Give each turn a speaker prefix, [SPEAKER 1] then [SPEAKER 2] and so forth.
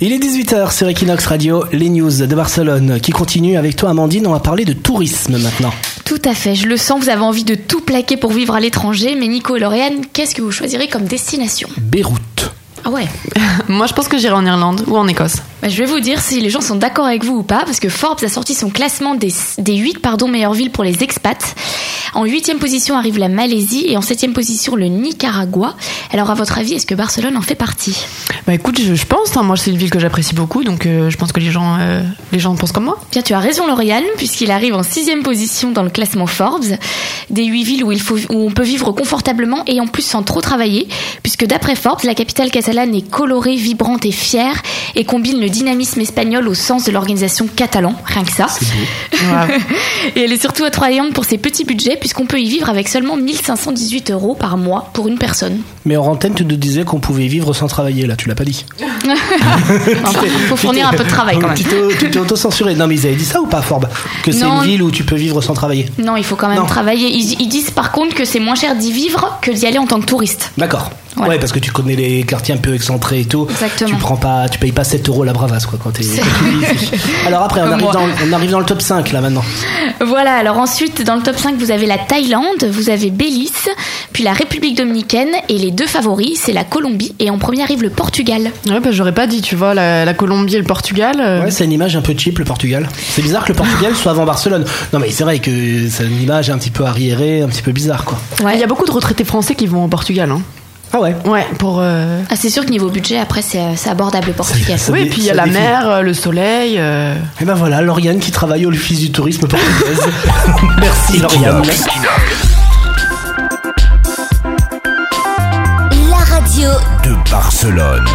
[SPEAKER 1] Il est 18h sur Equinox Radio, les news de Barcelone qui continue avec toi Amandine, on va parler de tourisme maintenant.
[SPEAKER 2] Tout à fait, je le sens, vous avez envie de tout plaquer pour vivre à l'étranger, mais Nico et Lauriane, qu'est-ce que vous choisirez comme destination
[SPEAKER 1] Beyrouth.
[SPEAKER 2] Ah ouais
[SPEAKER 3] Moi, je pense que j'irai en Irlande ou en Écosse.
[SPEAKER 2] Bah, je vais vous dire si les gens sont d'accord avec vous ou pas, parce que Forbes a sorti son classement des, des 8 pardon, meilleures villes pour les expats. En huitième position arrive la Malaisie et en septième position le Nicaragua. Alors à votre avis, est-ce que Barcelone en fait partie
[SPEAKER 3] Bah écoute, je, je pense. hein, moi, c'est une ville que j'apprécie beaucoup, donc euh, je pense que les gens, euh, les gens pensent comme moi.
[SPEAKER 2] Bien, tu as raison Lauriane, puisqu'il arrive en sixième position dans le classement Forbes, des huit villes où, il faut, où on peut vivre confortablement et en plus sans trop travailler, puisque d'après Forbes, la capitale catalane est colorée, vibrante et fière, et combine le dynamisme espagnol au sens de l'organisation catalan, rien que ça. Et elle est surtout attrayante pour ses petits budgets, puisqu'on peut y vivre avec seulement 1518 euros par mois pour une personne.
[SPEAKER 1] Mais en antenne, tu nous disais qu'on pouvait vivre sans travailler, là, tu l'as pas dit.
[SPEAKER 2] Enfin, faut fournir un peu de travail Ah quand même.
[SPEAKER 1] Tu t'es- Tu t'es auto-censuré. Non, mais ils avaient dit ça ou pas, Forbes Que c'est
[SPEAKER 2] Non.
[SPEAKER 1] une ville où tu peux vivre sans travailler.
[SPEAKER 2] Non, il faut quand même
[SPEAKER 1] Non.
[SPEAKER 2] travailler. Ils, ils disent par contre que c'est moins cher d'y vivre que d'y aller en tant que touriste.
[SPEAKER 1] D'accord.
[SPEAKER 2] Voilà.
[SPEAKER 1] Ouais, parce que tu connais les quartiers un peu excentrés et tout.
[SPEAKER 2] Exactement.
[SPEAKER 1] Tu prends pas, tu payes pas 7 euros la bravasse, quoi, quand t'es.
[SPEAKER 2] C'est-
[SPEAKER 1] Alors après, on
[SPEAKER 2] Comme
[SPEAKER 1] arrive,
[SPEAKER 2] moi.
[SPEAKER 1] dans, on arrive dans le top 5, là, maintenant.
[SPEAKER 2] Voilà, alors ensuite, dans le top 5, vous avez la Thaïlande, vous avez Belize, puis la République dominicaine, et les deux favoris, c'est la Colombie, et en premier arrive le Portugal.
[SPEAKER 3] Ouais, bah j'aurais pas dit, tu vois, la, la Colombie et le Portugal. euh,
[SPEAKER 1] Ouais, c'est une image un peu cheap, le Portugal. C'est bizarre que le Portugal soit avant Barcelone. Non, mais c'est vrai que c'est une image un petit peu arriérée, un petit peu bizarre, quoi.
[SPEAKER 3] Il y a beaucoup de retraités français qui vont au Portugal. Hein.
[SPEAKER 1] Ah ouais.
[SPEAKER 3] Ouais, pour. euh,
[SPEAKER 2] Ah, c'est sûr que niveau budget, après, c'est euh, c'est abordable le Portugal.
[SPEAKER 1] Ça
[SPEAKER 3] oui,
[SPEAKER 1] dé-
[SPEAKER 3] et puis il y a
[SPEAKER 1] ça
[SPEAKER 3] la
[SPEAKER 1] défile.
[SPEAKER 3] mer, euh, le soleil. euh,
[SPEAKER 1] Et ben voilà, Lauriane qui travaille au l'Office du tourisme portugaise. Merci, Lauriane.
[SPEAKER 4] La radio
[SPEAKER 5] de Barcelone.